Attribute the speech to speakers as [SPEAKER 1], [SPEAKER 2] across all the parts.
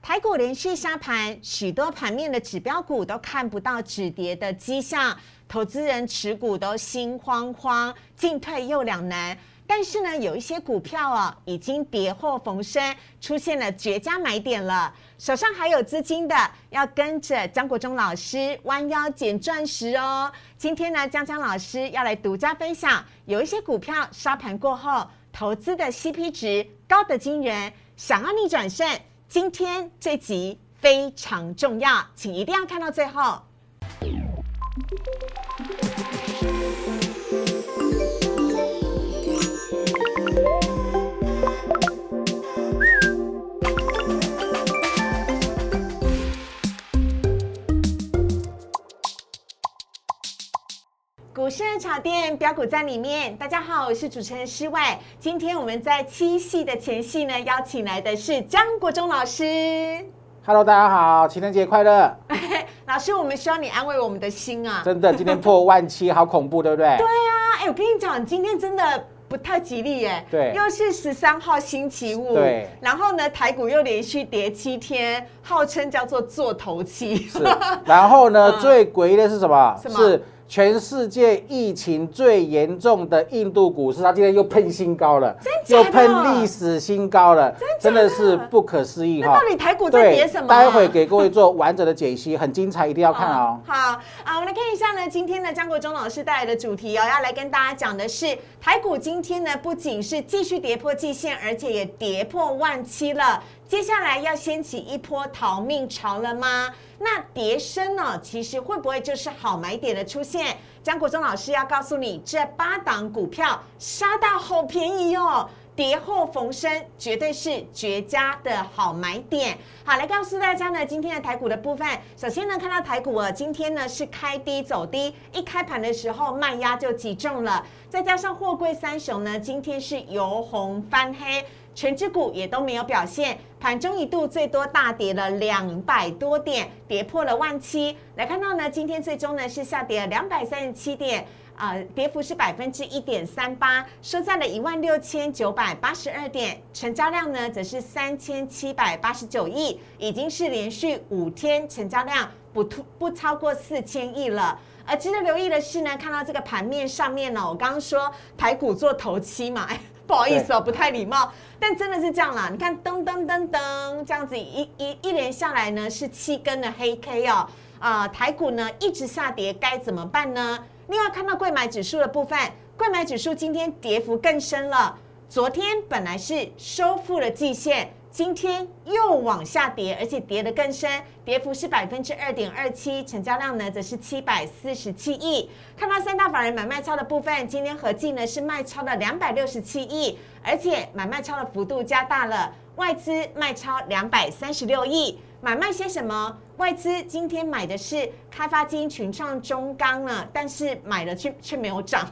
[SPEAKER 1] 台股连续杀盘，许多盘面的指标股都看不到止跌的迹象，投资人持股都心慌慌，进退又两难。但是呢，有一些股票哦，已经跌破逢生，出现了绝佳买点了。手上还有资金的，要跟着张国忠老师弯腰捡钻石哦。今天呢，江江老师要来独家分享，有一些股票杀盘过后，投资的 CP 值高的惊人，想要逆转胜。今天这集非常重要，请一定要看到最后。股市炒店标股在里面。大家好，我是主持人施外。今天我们在七夕的前夕呢，邀请来的是江国忠老师。
[SPEAKER 2] Hello，大家好，情人节 快乐！
[SPEAKER 1] 老师，我们需要你安慰我们的心啊。
[SPEAKER 2] 真的，今天破万七，好恐怖，对不对？
[SPEAKER 1] 对啊，哎、我跟你讲，今天真的不太吉利耶。
[SPEAKER 2] 对
[SPEAKER 1] 又是十三号星期五。
[SPEAKER 2] 对
[SPEAKER 1] 然后呢，台股又连续跌七天，号称叫做做头期。
[SPEAKER 2] 是。然后呢，
[SPEAKER 1] 嗯
[SPEAKER 2] 最诡异的是什么？
[SPEAKER 1] 什么
[SPEAKER 2] 是全世界疫情最严重的印度股市，它今天又喷新高了，
[SPEAKER 1] 假的
[SPEAKER 2] 又喷历史新高了，
[SPEAKER 1] 真
[SPEAKER 2] 真
[SPEAKER 1] 的
[SPEAKER 2] 的是不可思议
[SPEAKER 1] 那到底台股在
[SPEAKER 2] 对
[SPEAKER 1] 跌什，么啊、
[SPEAKER 2] 待会给各位做完整的解析，很精彩，一定要看哦。
[SPEAKER 1] 好啊，我们来看一下呢，今天呢张国忠老师带来的主题哦，要来跟大家讲的是台股今天呢不仅是继续跌破季线，而且也跌破万七了。接下来要掀起一波逃命潮了吗？那跌升呢，其实会不会就是好买点的出现？张国忠老师要告诉你，这八档股票杀到好便宜哦。跌后逢生绝对是绝佳的好买点。好，来告诉大家呢，今天的台股的部分，首先呢，看到台股啊，今天呢是开低走低，一开盘的时候卖压就集中了，再加上货柜三雄呢，今天是由红翻黑。全指股也都没有表现，盘中一度最多大跌了两百多点，跌破了万七。来看到呢，今天最终呢是下跌了两百三十七点，呃，跌幅是百分之一点三八，收在了一万六千九百八十二点，成交量呢则是三千七百八十九亿，已经是连续五天成交量不突不超过四千亿了。而值得留意的是呢，看到这个盘面上面呢，我刚刚说台股做头期嘛，哎，不好意思哦，不太礼貌，但真的是这样啦。你看噔噔噔噔这样子一一一连下来呢，是七根的黑 K 哦，啊、台股呢一直下跌，该怎么办呢？另外看到贵买指数的部分，贵买指数今天跌幅更深了。昨天本来是收复了季线，今天又往下跌，而且跌得更深，跌幅是百分之二点二七，成交量呢则是七百四十七亿。看到三大法人买卖超的部分，今天合计呢是卖超了两百六十七亿，而且买卖超的幅度加大了，外资卖超两百三十六亿。买卖些什么？外资今天买的是开发金、群创、中钢呢，但是买了却却没有涨。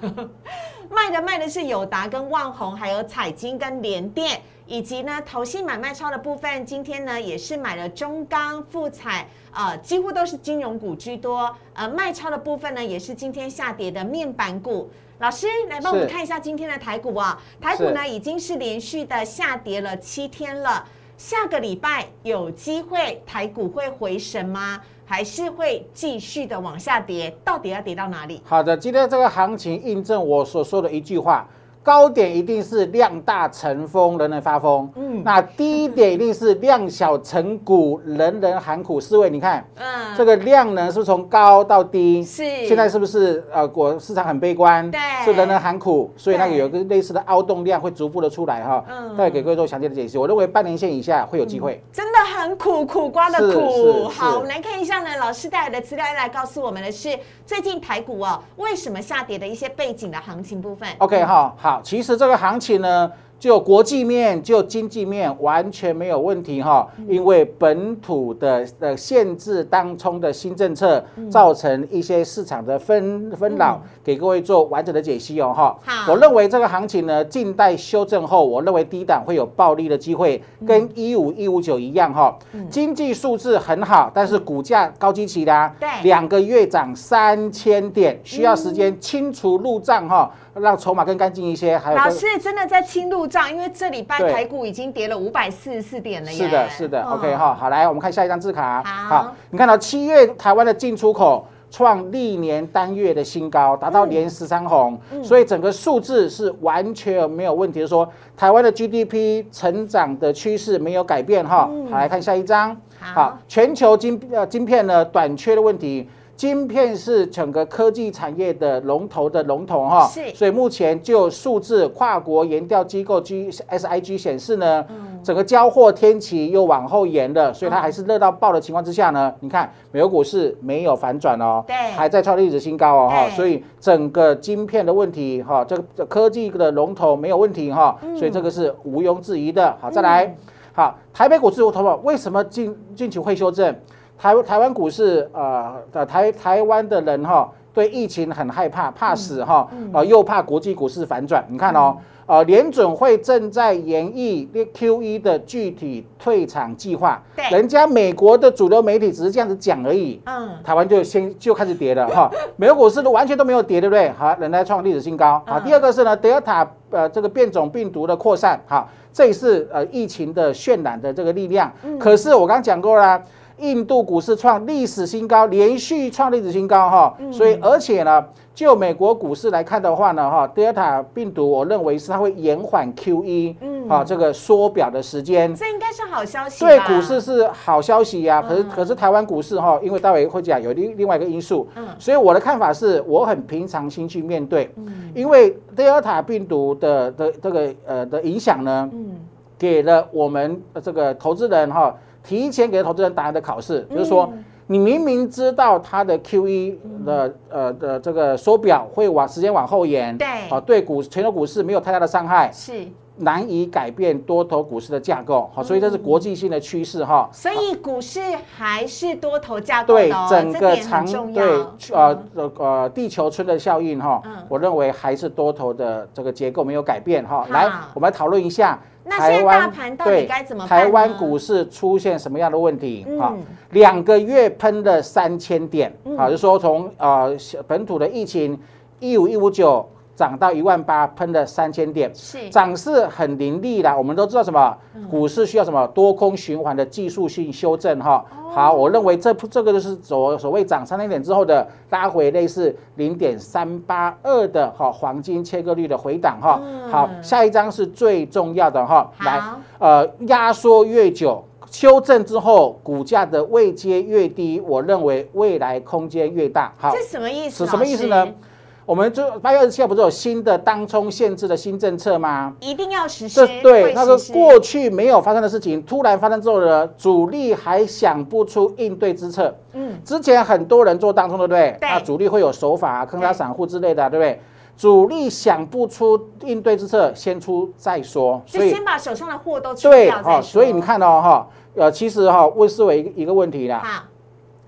[SPEAKER 1] 卖的卖的是友达跟旺宏，还有彩金跟联电，以及呢投信买卖超的部分，今天呢也是买了中钢、富彩，呃，几乎都是金融股居多。呃，卖超的部分呢，也是今天下跌的面板股。老师来帮我们
[SPEAKER 2] 是
[SPEAKER 1] 看一下今天的台股啊，台股
[SPEAKER 2] 是
[SPEAKER 1] 呢已经是连续的下跌了七天了。下个礼拜有机会台股会回升吗？还是会继续的往下跌？到底要跌到哪里？
[SPEAKER 2] 好的，今天这个行情印证我所说的一句话。高点一定是量大成风，人人发疯。
[SPEAKER 1] 嗯
[SPEAKER 2] 嗯，那低点一定是量小成股，人人喊苦。四位，你看
[SPEAKER 1] 嗯，
[SPEAKER 2] 这个量呢，是不是从高到低？
[SPEAKER 1] 是
[SPEAKER 2] 现在是不是呃，国市场很悲观？
[SPEAKER 1] 对
[SPEAKER 2] 是人人喊苦，所以那个
[SPEAKER 1] 对
[SPEAKER 2] 有一个类似的凹动量会逐步的出来哈。
[SPEAKER 1] 嗯
[SPEAKER 2] 嗯，待会给各位做详细的解析。我认为半年线以下会有机会。
[SPEAKER 1] 真的很苦，苦瓜的
[SPEAKER 2] 是
[SPEAKER 1] 苦。
[SPEAKER 2] 是是
[SPEAKER 1] 好，我们来看一下呢，老师带来的资料来告诉我们的是最近台股哦为什么下跌的一些背景的行情部分。
[SPEAKER 2] OK 哈，好，其实这个行情呢，就国际面、就经济面完全没有问题哈，
[SPEAKER 1] 嗯
[SPEAKER 2] 因为本土的呃限制当冲的新政策，
[SPEAKER 1] 嗯
[SPEAKER 2] 造成一些市场的纷纷扰，给各位做完整的解析哦哈。
[SPEAKER 1] 好
[SPEAKER 2] 我认为这个行情呢，静待修正后，我认为低档会有暴利的机会，
[SPEAKER 1] 嗯
[SPEAKER 2] 跟一五一五九一样哈。经济数字很好，但是股价高基期啦、
[SPEAKER 1] 嗯对
[SPEAKER 2] 两个月涨三千点，需要时间清除入账哈，让筹码更干净一些。还有
[SPEAKER 1] 老
[SPEAKER 2] 跟
[SPEAKER 1] 师真的在清入入账，因为这礼拜
[SPEAKER 2] 对
[SPEAKER 1] 台股已经跌了五百四十四点了耶。
[SPEAKER 2] 是的，是的
[SPEAKER 1] 嗯
[SPEAKER 2] ，OK 哈，好，来我们看下一张字卡。
[SPEAKER 1] 好
[SPEAKER 2] 你看到七月台湾的进出口创历年单月的新高，达到连十三红，所以整个数字是完全没有问题的。说台湾的 GDP 成长的趋势没有改变哈。好，来看下一张。
[SPEAKER 1] 好
[SPEAKER 2] 好，全球晶呃晶片呢短缺的问题。晶片是整个科技产业的龙头的龙头哈，
[SPEAKER 1] 是
[SPEAKER 2] 所以目前就数字，跨国研调机构 G S I G 显示
[SPEAKER 1] 嗯
[SPEAKER 2] 呢，整个交货天期又往后延了，所以它还是热到爆的情况之下呢，你看美国股市没有反转哦，
[SPEAKER 1] 对
[SPEAKER 2] 还在创历史新高哦哈，
[SPEAKER 1] 对
[SPEAKER 2] 所以整个晶片的问题哈，这个这科技的龙头没有问题哈，所以这个是毋庸置疑的。好，再来。好，台北股市我投保为什么近近期会修正？台台湾股市呃呃台台湾的人哈、对疫情很害怕，怕死哈、啊又怕国际股市反转。你看哦，呃联准会正在研议 Q E 的具体退场计划，
[SPEAKER 1] 对
[SPEAKER 2] 人家美国的主流媒体只是这样子讲而已。
[SPEAKER 1] 嗯，
[SPEAKER 2] 台湾就先就开始跌了哈，美国股市都完全都没有跌，对不对？好，仍然创历史新高。好，
[SPEAKER 1] 嗯
[SPEAKER 2] 第二个是呢，德尔塔呃这个变种病毒的扩散，好，这也是呃疫情的渲染的这个力量。
[SPEAKER 1] 嗯
[SPEAKER 2] 可是我刚讲过啦，印度股市创历史新高，连续创历史新高哈，
[SPEAKER 1] 嗯
[SPEAKER 2] 所以而且呢，就美国股市来看的话呢，哈，德尔塔病毒我认为是它会延缓 Q E，
[SPEAKER 1] 嗯
[SPEAKER 2] 好这个缩表的时间。
[SPEAKER 1] 这应该是好消息吧。
[SPEAKER 2] 对股市是好消息呀、可是
[SPEAKER 1] 嗯
[SPEAKER 2] 可是台湾股市哈，因为待会会讲有另另外一个因素，
[SPEAKER 1] 嗯
[SPEAKER 2] 所以我的看法是我很平常心去面对，
[SPEAKER 1] 嗯
[SPEAKER 2] 因为德尔塔病毒的的这个呃的影响呢，
[SPEAKER 1] 嗯，
[SPEAKER 2] 给了我们呃这个投资人哈，提前给投资人答案的考试，
[SPEAKER 1] 嗯
[SPEAKER 2] 就是说。你明明知道它的 Q E
[SPEAKER 1] 嗯
[SPEAKER 2] 的呃的这个缩表会往时间往后延，
[SPEAKER 1] 对
[SPEAKER 2] 啊，对股全球股市没有太大的伤害，
[SPEAKER 1] 是。
[SPEAKER 2] 难以改变多头股市的架构，好，所以这
[SPEAKER 1] 嗯
[SPEAKER 2] 是国际性的趋势哈。
[SPEAKER 1] 所以股市还是多头架构
[SPEAKER 2] 对
[SPEAKER 1] 的哦，
[SPEAKER 2] 整
[SPEAKER 1] 这
[SPEAKER 2] 个
[SPEAKER 1] 点很
[SPEAKER 2] 长
[SPEAKER 1] 重
[SPEAKER 2] 对
[SPEAKER 1] 要。
[SPEAKER 2] 呃呃呃地球村的效应哈
[SPEAKER 1] 嗯，
[SPEAKER 2] 我认为还是多头的这个结构没有改变哈
[SPEAKER 1] 好。
[SPEAKER 2] 来，我们来讨论一下
[SPEAKER 1] 那现在
[SPEAKER 2] 台湾
[SPEAKER 1] 大盘到底
[SPEAKER 2] 对
[SPEAKER 1] 该怎么办
[SPEAKER 2] 台湾
[SPEAKER 1] 呢
[SPEAKER 2] 股市出现什么样的问题
[SPEAKER 1] 嗯
[SPEAKER 2] 哈？两个月喷了三千点
[SPEAKER 1] 嗯，
[SPEAKER 2] 啊，就是说从呃小本土的疫情一五一五九涨到一万八，喷了三千点。
[SPEAKER 1] 是
[SPEAKER 2] 涨势很凌厉啦，我们都知道什么？
[SPEAKER 1] 嗯
[SPEAKER 2] 股市需要什么多空循环的技术性修正哈。
[SPEAKER 1] 哦
[SPEAKER 2] 好，我认为这这个就是所所谓涨三千点之后的拉回，类似零点三八二的哈黄金切割率的回档哈。好，
[SPEAKER 1] 嗯
[SPEAKER 2] 下一张是最重要的哈，来
[SPEAKER 1] 好，
[SPEAKER 2] 呃，压缩越久。修正之后，股价的位阶越低，我认为未来空间越大。好，
[SPEAKER 1] 这什么意思？
[SPEAKER 2] 是什么意思呢
[SPEAKER 1] 老师？
[SPEAKER 2] 我们就八月二十七号不是有新的当冲限制的新政策吗？
[SPEAKER 1] 一定要实施
[SPEAKER 2] 这，对
[SPEAKER 1] 会
[SPEAKER 2] 那个
[SPEAKER 1] 实施
[SPEAKER 2] 过去没有发生的事情，突然发生之后呢，主力还想不出应对之策。
[SPEAKER 1] 嗯
[SPEAKER 2] 之前很多人做当中，对不对？
[SPEAKER 1] 对
[SPEAKER 2] 那主力会有手法、啊、坑杀
[SPEAKER 1] 对
[SPEAKER 2] 散户之类的啊、对不对？主力想不出应对之策，先出再说。所
[SPEAKER 1] 就
[SPEAKER 2] 以
[SPEAKER 1] 先把手上的货都出
[SPEAKER 2] 对
[SPEAKER 1] 掉再
[SPEAKER 2] 哈、
[SPEAKER 1] 说。
[SPEAKER 2] 所以你看哦哈，呃，其实哈、问思维一个一个问题啦，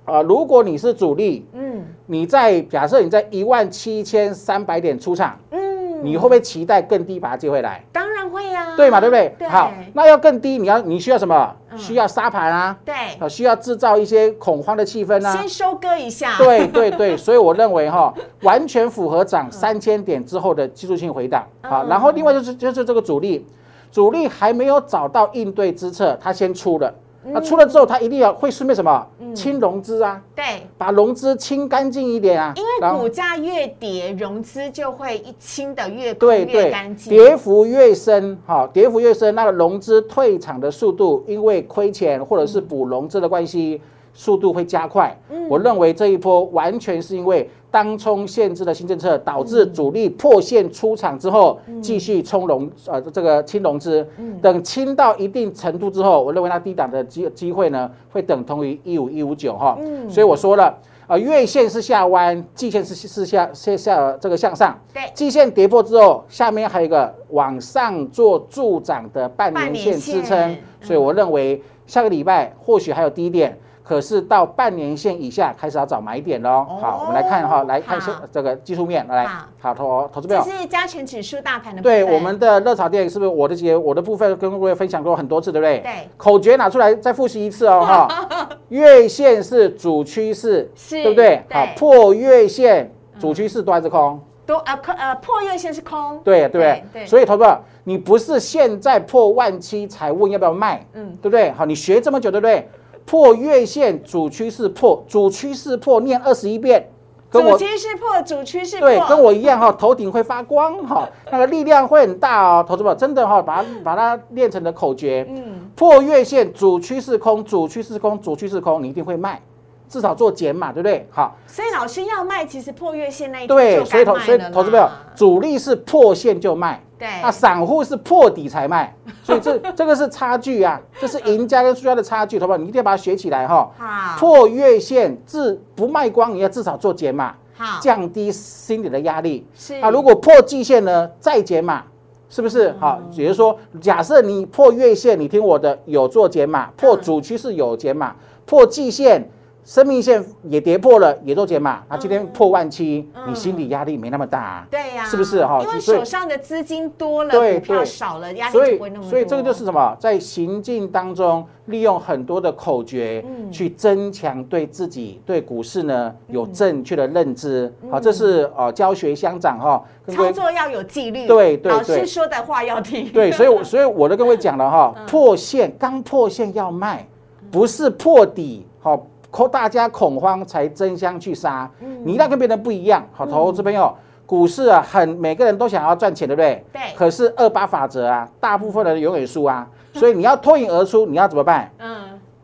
[SPEAKER 1] 好，
[SPEAKER 2] 啊，如果你是主力，
[SPEAKER 1] 嗯
[SPEAKER 2] 你在假设你在一万七千三百点出场，
[SPEAKER 1] 嗯，
[SPEAKER 2] 你会不会期待更低把它接回来？
[SPEAKER 1] 当然会呀，
[SPEAKER 2] 对嘛，对不对？
[SPEAKER 1] 对，
[SPEAKER 2] 好，那要更低，你要你需要什么？
[SPEAKER 1] 嗯
[SPEAKER 2] 需要沙盘啊，
[SPEAKER 1] 对，
[SPEAKER 2] 啊，需要制造一些恐慌的气氛啊
[SPEAKER 1] 先。收割一下，，
[SPEAKER 2] 对对对，所以我认为哈，完全符合涨三千点之后的技术性回档。好，
[SPEAKER 1] 嗯
[SPEAKER 2] 然后另外就是就是这个主力，主力还没有找到应对之策，他先出了。
[SPEAKER 1] 嗯
[SPEAKER 2] 那出了之后，他一定要会顺便什么清融资啊，
[SPEAKER 1] 对，
[SPEAKER 2] 把融资清干净一点啊。
[SPEAKER 1] 因
[SPEAKER 2] 然
[SPEAKER 1] 为
[SPEAKER 2] 后
[SPEAKER 1] 股价越跌，融资就会一清的越空
[SPEAKER 2] 对
[SPEAKER 1] 越
[SPEAKER 2] 对
[SPEAKER 1] 干，净，
[SPEAKER 2] 跌幅越深，哈，跌幅越深，那个融资退场的速度，因为亏钱或者是补融资的关系，速度会加快。
[SPEAKER 1] 嗯
[SPEAKER 2] 我认为这一波完全是因为当冲限制的新政策，导致主力破线出场之后，
[SPEAKER 1] 嗯
[SPEAKER 2] 继续冲融呃这个清融资，等清到一定程度之后，我认为它低档的机机会呢，会等同于一五一五九哈。
[SPEAKER 1] 嗯
[SPEAKER 2] 所以我说了。呃，月线是下弯，季线是是下下下这个向上，
[SPEAKER 1] 对，
[SPEAKER 2] 季线跌破之后，下面还有一个往上做助涨的半年线支
[SPEAKER 1] 半年
[SPEAKER 2] 撑
[SPEAKER 1] 线，嗯
[SPEAKER 2] 所以我认为下个礼拜或许还有低点，可是到半年线以下开始要找买点喽。好，我们来看哈，来看一下
[SPEAKER 1] 哦好
[SPEAKER 2] 这个技术面，来
[SPEAKER 1] 好，
[SPEAKER 2] 好投投资
[SPEAKER 1] 这
[SPEAKER 2] 票。
[SPEAKER 1] 是加权指数大盘的部分，
[SPEAKER 2] 对我们的热炒店是不是我的节我的部分跟各位分享过很多次，对不对？
[SPEAKER 1] 对
[SPEAKER 2] 口诀拿出来再复习一次 哦哈。月线是主趋势，
[SPEAKER 1] 是
[SPEAKER 2] 对不对？
[SPEAKER 1] 对，
[SPEAKER 2] 好
[SPEAKER 1] 嗯
[SPEAKER 2] 破月线主趋势都还是空。
[SPEAKER 1] 多呃空呃破月线是空，
[SPEAKER 2] 对对不对？
[SPEAKER 1] 对，
[SPEAKER 2] 所
[SPEAKER 1] 以
[SPEAKER 2] 以投资者，你不是现在破万七才问要不要卖，
[SPEAKER 1] 嗯
[SPEAKER 2] 对不对？好，你学这么久，对不对？破月线主趋势破，主趋势破，念二十一遍，跟
[SPEAKER 1] 主
[SPEAKER 2] 我
[SPEAKER 1] 趋势破，主趋势破，
[SPEAKER 2] 对，跟我一样哈、头顶会发光哈、 那个力量会很大哦，投资者真的哈、把它把它练成的口诀，
[SPEAKER 1] 嗯
[SPEAKER 2] 破月线主趋势空，主趋势空，主趋势空，你一定会卖，至少做减码，对不对？好，
[SPEAKER 1] 所以老师要卖，其实破月线那一天
[SPEAKER 2] 对，所以
[SPEAKER 1] 就该
[SPEAKER 2] 投
[SPEAKER 1] 卖
[SPEAKER 2] 所以
[SPEAKER 1] 了
[SPEAKER 2] 投资
[SPEAKER 1] 啦
[SPEAKER 2] 朋友，主力是破线就卖，
[SPEAKER 1] 对，
[SPEAKER 2] 那散户是破底才卖，所以这这个是差距啊，这是赢家跟输家的差距，投资朋友，你一定要把它学起来哈、
[SPEAKER 1] 好，
[SPEAKER 2] 破月线至不卖光，也要至少做减码，
[SPEAKER 1] 好
[SPEAKER 2] 降低心理的压力。
[SPEAKER 1] 是
[SPEAKER 2] 啊，如果破季线呢，再减码，是不是？好，
[SPEAKER 1] 嗯
[SPEAKER 2] 也就是说，假设你破月线，你听我的，有做减码；破
[SPEAKER 1] 嗯
[SPEAKER 2] 主趋势有减码；破季线、生命线也跌破了，也做减码。啊，今天破万七，
[SPEAKER 1] 嗯
[SPEAKER 2] 你心理压力没那么大、啊。
[SPEAKER 1] 对呀、
[SPEAKER 2] 是不是哈
[SPEAKER 1] 因为
[SPEAKER 2] 所以
[SPEAKER 1] 手上的资金多了，
[SPEAKER 2] 对
[SPEAKER 1] 股票
[SPEAKER 2] 对
[SPEAKER 1] 少了，压力
[SPEAKER 2] 所
[SPEAKER 1] 就
[SPEAKER 2] 以
[SPEAKER 1] 不会那么，多。啊
[SPEAKER 2] 所以这个就是什么，在行进当中，利用很多的口诀
[SPEAKER 1] 嗯
[SPEAKER 2] 去增强对自己、对股市呢有
[SPEAKER 1] 嗯
[SPEAKER 2] 正确的认知。好，这
[SPEAKER 1] 嗯
[SPEAKER 2] 是呃教学相长哈，跟各
[SPEAKER 1] 操
[SPEAKER 2] 位
[SPEAKER 1] 作要有纪律，
[SPEAKER 2] 对对
[SPEAKER 1] 老师
[SPEAKER 2] 对
[SPEAKER 1] 说的话要听。
[SPEAKER 2] 对，所以我所以我都跟各位讲了哈
[SPEAKER 1] 嗯，
[SPEAKER 2] 破线刚破线要卖，不是破底，好，恐大家恐慌才争相去杀，
[SPEAKER 1] 嗯
[SPEAKER 2] 你一定要跟别人不一样，好，投资朋友。股市啊，很每个人都想要赚钱，对不对？
[SPEAKER 1] 对
[SPEAKER 2] 可是二八法则啊，大部分人永远输啊，所以你要脱颖而出，你要怎么办？
[SPEAKER 1] 嗯，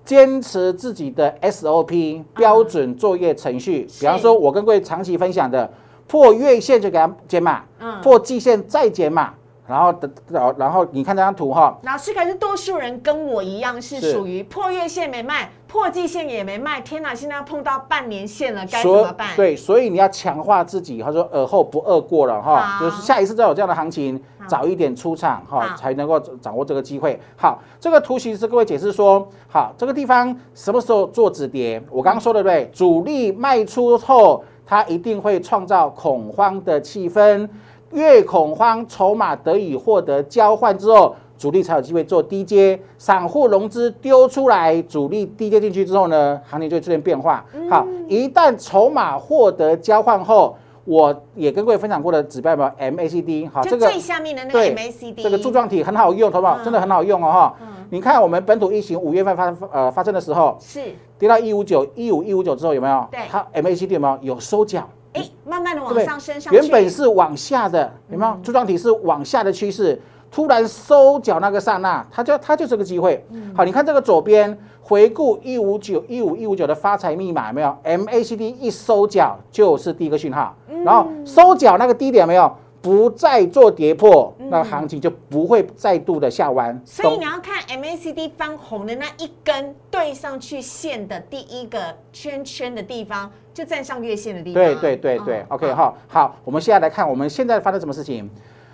[SPEAKER 2] 坚持自己的 SOP 标准作业程序。比方
[SPEAKER 1] 啊是
[SPEAKER 2] 说，我跟各位长期分享的，破月线就给它解码，
[SPEAKER 1] 嗯
[SPEAKER 2] 破季线再解码，然后等，然后然后你看这张图哈，
[SPEAKER 1] 老师可是多数人跟我一样是
[SPEAKER 2] 是
[SPEAKER 1] 属于破月线没卖，破季线也没卖，天哪，现在要碰到半年线了，该怎
[SPEAKER 2] 所
[SPEAKER 1] 么办？，
[SPEAKER 2] 对，所以你要强化自己。他说耳后不二过了哈，
[SPEAKER 1] 好
[SPEAKER 2] 就是下一次再有这样的行情
[SPEAKER 1] 好，
[SPEAKER 2] 早一点出场
[SPEAKER 1] 好
[SPEAKER 2] 哈，才能够掌握这个机会。好，这个图形是各位解释说，好，这个地方什么时候做止跌？我刚刚说的对不对，主力卖出后，它一定会创造恐慌的气氛，越恐慌，筹码得以获得交换之后。主力才有机会做低阶，散户融资丢出来，主力低阶进去之后呢，行情就会出现变化。
[SPEAKER 1] 嗯
[SPEAKER 2] 好，一旦筹码获得交换后，我也跟各位分享过的指标有没有 MACD？好，
[SPEAKER 1] 就
[SPEAKER 2] 啊这个
[SPEAKER 1] 最下面的那个
[SPEAKER 2] 对
[SPEAKER 1] MACD，
[SPEAKER 2] 这个柱状体很好用，好不好？真的很好用哦哈。你看我们本土疫情五月份发呃发生的时候，
[SPEAKER 1] 是，
[SPEAKER 2] 跌到一五九一五一五九之后有没有？
[SPEAKER 1] 对
[SPEAKER 2] 它 MACD 有没有有收脚？
[SPEAKER 1] 哎，慢慢的
[SPEAKER 2] 对
[SPEAKER 1] 往
[SPEAKER 2] 不嗯对
[SPEAKER 1] 上升上去，嗯
[SPEAKER 2] 原本是往下的，有没有？柱状体是往下的趋势，突然收脚那个刹那，它就它就是个机会。
[SPEAKER 1] 嗯
[SPEAKER 2] 好，你看这个左边，回顾一五九一五一五九的发财密码有没有？MACD 一收脚就是第一个讯号，
[SPEAKER 1] 嗯
[SPEAKER 2] 然后收脚那个低点有没有？不再做跌破，那个行情就不会再度的下弯。
[SPEAKER 1] 嗯所以
[SPEAKER 2] 懂
[SPEAKER 1] 你要看 MACD 翻红的那一根对上去线的第一个圈圈的地方，就站上月线的地方。
[SPEAKER 2] 对对对对
[SPEAKER 1] 嗯
[SPEAKER 2] ，OK 哈，好，我们现在来看我们现在发生什么事情。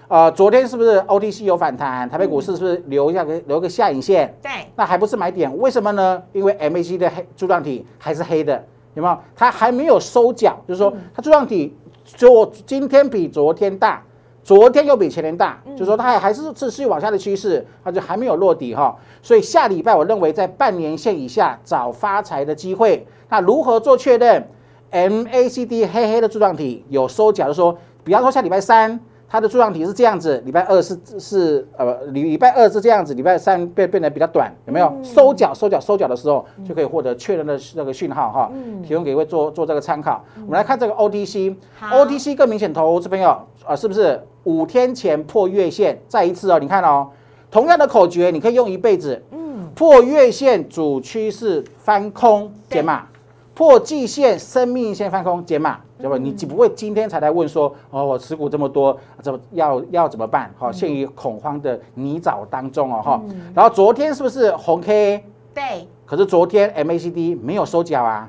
[SPEAKER 2] 呃，昨天是不是 OTC 有反弹？台北股市是不是留下个留个下影线？
[SPEAKER 1] 对，
[SPEAKER 2] 那还不是买点？为什么呢？因为 MACD 的黑柱状体还是黑的，有没有？它还没有收脚，就是说它柱状体昨今天比昨天大，昨天又比前天大，就是说它还还是持续往下的趋势，它就还没有落底哈。所以下礼拜我认为在半年线以下找发财的机会。那如何做确认？MACD 黑黑的柱状体有收脚，就是说，比方说下礼拜三。它的柱状体是这样子，礼拜二是是呃礼礼拜二是这样子，礼拜三变变得比较短，有没有？收脚收脚收脚的时候就可以获得确认的那个讯号哈，提供给各位做做这个参考。我们来看这个 OTC，OTC
[SPEAKER 1] 好
[SPEAKER 2] OTC 更明显，投资朋友啊，是不是五天前破月线？再一次哦，你看哦，同样的口诀，你可以用一辈子。嗯，破月线主趋势翻空
[SPEAKER 1] 对
[SPEAKER 2] 解码，破季线生命线翻空解码，对吧？你不会今天才来问说，哦，我持股这么多，怎么要要怎么办？哈，陷于恐慌的泥沼当中哦，哈。然后昨天是不是红 K？
[SPEAKER 1] 对，嗯
[SPEAKER 2] 可是昨天 MACD 没有收脚啊，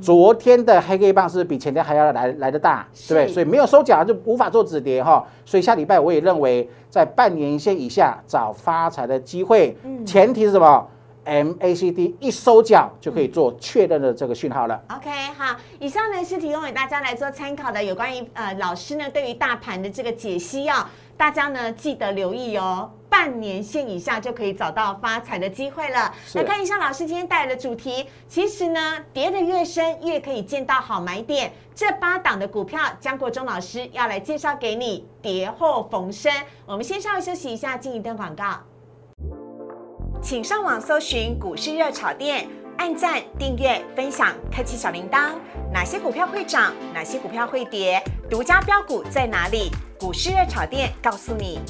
[SPEAKER 2] 昨天的黑 K 棒是比前天还要来来的大，对不对？
[SPEAKER 1] 是
[SPEAKER 2] 所以没有收脚就无法做止跌哈。所以下礼拜我也认为在半年线以下找发财的机会，
[SPEAKER 1] 嗯
[SPEAKER 2] 前提是什么？MACD 一收脚就可以做确认的这个讯号了。
[SPEAKER 1] OK，好，以上呢是提供给大家来做参考的，有关于呃老师呢对于大盘的这个解析啊、大家呢记得留意哦。半年线以下就可以找到发财的机会了。
[SPEAKER 2] 是
[SPEAKER 1] 来看一下老师今天带来的主题，其实呢，跌得越深越可以见到好买点。这八档的股票，江国忠老师要来介绍给你，跌后逢生。我们先稍微休息一下，进一段广告。请上网搜寻股市热炒店，按赞、订阅、分享，开启小铃铛。哪些股票会涨？哪些股票会跌？独家标股在哪里？股市热炒店告诉你。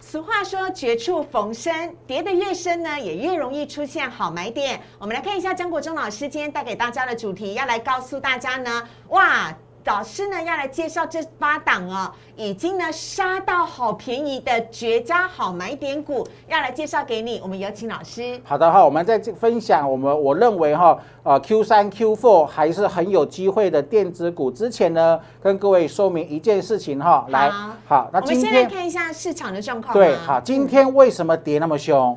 [SPEAKER 1] 俗话说“绝处逢生”，跌得越深呢，也越容易出现好买点。我们来看一下江国忠老师今天带给大家的主题，要来告诉大家呢，哇！老师呢要来介绍这八档哦，已经呢杀到好便宜的绝佳好买点股，要来介绍给你。我们有请老师。
[SPEAKER 2] 好的哈，我们在这分享我们我认为哈，呃 Q 三 Q four 还是很有机会的电子股。之前呢，跟各位说明一件事情哈，来
[SPEAKER 1] 好，
[SPEAKER 2] 好，那
[SPEAKER 1] 我们
[SPEAKER 2] 今
[SPEAKER 1] 先来
[SPEAKER 2] 天
[SPEAKER 1] 看一下市场的状况。啊
[SPEAKER 2] 对，好，，今天为什么跌那 么凶？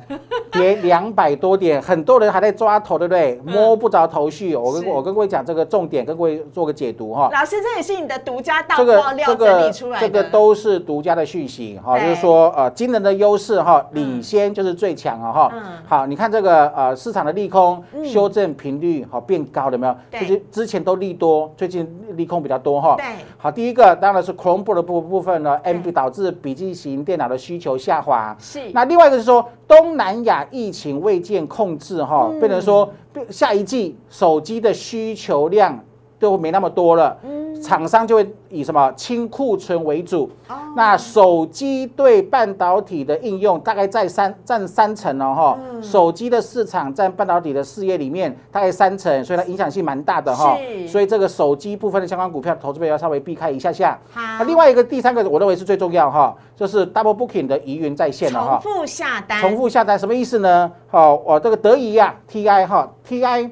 [SPEAKER 2] 跌两百多点，很多人还在抓头，对不对？摸不着头绪。我
[SPEAKER 1] 嗯
[SPEAKER 2] 跟
[SPEAKER 1] 是
[SPEAKER 2] 我跟各位讲这个重点，跟各位做个解读哈。
[SPEAKER 1] 老师这也是你的独家大
[SPEAKER 2] 这个
[SPEAKER 1] 爆料
[SPEAKER 2] 这
[SPEAKER 1] 整理
[SPEAKER 2] 个
[SPEAKER 1] 出来的。
[SPEAKER 2] 这个都是独家的讯息哈，就
[SPEAKER 1] 对
[SPEAKER 2] 是说呃，惊人的优势哈，
[SPEAKER 1] 嗯
[SPEAKER 2] 领先就是最强啊哈
[SPEAKER 1] 嗯。
[SPEAKER 2] 好，你看这个呃市场的利空
[SPEAKER 1] 嗯
[SPEAKER 2] 修正频率好变高了没有？
[SPEAKER 1] 对
[SPEAKER 2] 就是之前都利多，最近利空比较多哈。
[SPEAKER 1] 对
[SPEAKER 2] 好，第一个当然是 Chromebook 的部部分呢
[SPEAKER 1] 对
[SPEAKER 2] ，M 导致笔记型电脑的需求下滑。
[SPEAKER 1] 是
[SPEAKER 2] 那另外一个是说，东南亚疫情未见控制哈，
[SPEAKER 1] 嗯
[SPEAKER 2] 变成说变下一季手机的需求量就没那么多了，
[SPEAKER 1] 嗯
[SPEAKER 2] 厂商就会以什么清库存为主。
[SPEAKER 1] 哦
[SPEAKER 2] 那手机对半导体的应用大概在三占三成哦哈，
[SPEAKER 1] 嗯
[SPEAKER 2] 手机的市场占半导体的事业里面大概三成，所以它影响性蛮大的哈
[SPEAKER 1] 是。
[SPEAKER 2] 所以这个手机部分的相关股票，投资者要稍微避开一下下。
[SPEAKER 1] 好
[SPEAKER 2] 那，另外一个第三个，我认为是最重要哈，就是 double booking 的疑云在线了哈
[SPEAKER 1] 重。复下单，
[SPEAKER 2] 重复下单什么意思呢？好、哦，我、这个德仪呀、TI 哈、TI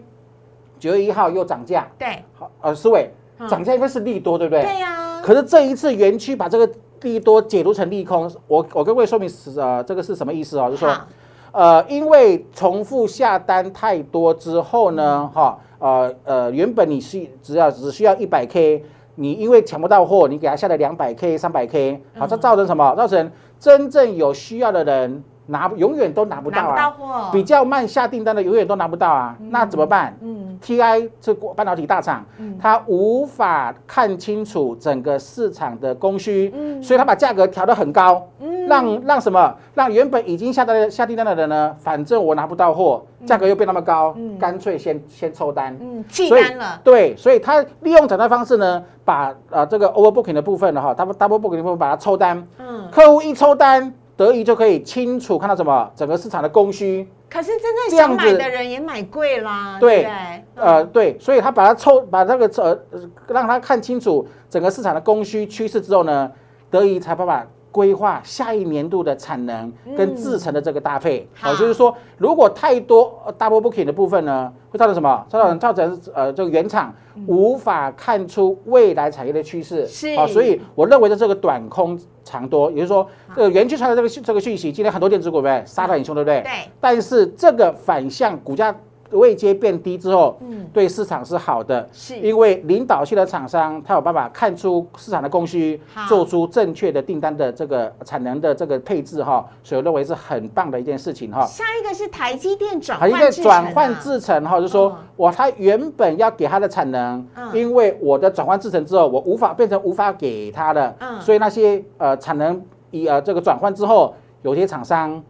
[SPEAKER 2] 九月一号又涨价，
[SPEAKER 1] 对
[SPEAKER 2] 好，呃，思伟
[SPEAKER 1] 嗯
[SPEAKER 2] 涨价应该是利多，对不对？
[SPEAKER 1] 对啊呀，
[SPEAKER 2] 可是这一次园区把这个利多解读成利空，我我跟各位说明是呃这个是什么意思啊？就是说
[SPEAKER 1] 好
[SPEAKER 2] 呃，因为重复下单太多之后呢，哈，呃呃，原本你是只要只需要一百 K，你因为抢不到货，你给他下了两百 K、三百 K，好，
[SPEAKER 1] 嗯
[SPEAKER 2] 这造成什么？造成真正有需要的人拿不永远都拿不到
[SPEAKER 1] 拿不到
[SPEAKER 2] 啊，
[SPEAKER 1] 货，
[SPEAKER 2] 比较慢下订单的永远都拿不到啊，那怎么办？
[SPEAKER 1] 嗯
[SPEAKER 2] TI 这国半导体大厂，它无法看清楚整个市场的供需，
[SPEAKER 1] 嗯
[SPEAKER 2] 所以它把价格调得很高，让让什么？让原本已经下单的下订单的人呢，反正我拿不到货，价格又变那么高，干脆先先抽单。
[SPEAKER 1] 嗯弃
[SPEAKER 2] 所以
[SPEAKER 1] 单了，
[SPEAKER 2] 对，所以它利用转单方式呢，把呃这个 overbooking 的部分的哈，double double booking 的部分把它抽单，
[SPEAKER 1] 嗯，
[SPEAKER 2] 客户一抽单，德仪就可以清楚看到什么整个市场的供需，
[SPEAKER 1] 可是真正
[SPEAKER 2] 这
[SPEAKER 1] 想
[SPEAKER 2] 样
[SPEAKER 1] 买
[SPEAKER 2] 子
[SPEAKER 1] 的人也买贵啦，
[SPEAKER 2] 对
[SPEAKER 1] 不对，
[SPEAKER 2] 呃，
[SPEAKER 1] 嗯
[SPEAKER 2] 对，所以他把它抽，把那个呃，让他看清楚整个市场的供需趋势之后呢，德仪才办法规划下一年度的产能跟制程的这个搭配。
[SPEAKER 1] 嗯好
[SPEAKER 2] 好，就是说，如果太多呃 double booking 的部分呢，会造成什么？造成造成呃，这个原厂无法看出未来产业的趋势。
[SPEAKER 1] 嗯是
[SPEAKER 2] 好，所以我认为的这个短空长多，也就是说，这个园区传的这个讯这个讯息，今天很多电子股对不对杀得很凶，对不对？
[SPEAKER 1] 对
[SPEAKER 2] 但是这个反向股价位阶变低之后，对市场是好的，
[SPEAKER 1] 嗯是
[SPEAKER 2] 因为领导性的厂商他有办法看出市场的供需
[SPEAKER 1] 好，
[SPEAKER 2] 做出正确的订单的这个产能的这个配置哈，所以我认为是很棒的一件事情哈。
[SPEAKER 1] 下一个是台积电转
[SPEAKER 2] 好，
[SPEAKER 1] 换
[SPEAKER 2] 一个
[SPEAKER 1] 制
[SPEAKER 2] 转
[SPEAKER 1] 程
[SPEAKER 2] 换
[SPEAKER 1] 啊
[SPEAKER 2] 制程哈，就是说
[SPEAKER 1] 嗯
[SPEAKER 2] 我它原本要给它的产能，
[SPEAKER 1] 嗯
[SPEAKER 2] 因为我的转换制程之后，我无法变成无法给它的
[SPEAKER 1] 嗯，
[SPEAKER 2] 所以那些呃产能以呃这个转换之后，有些厂商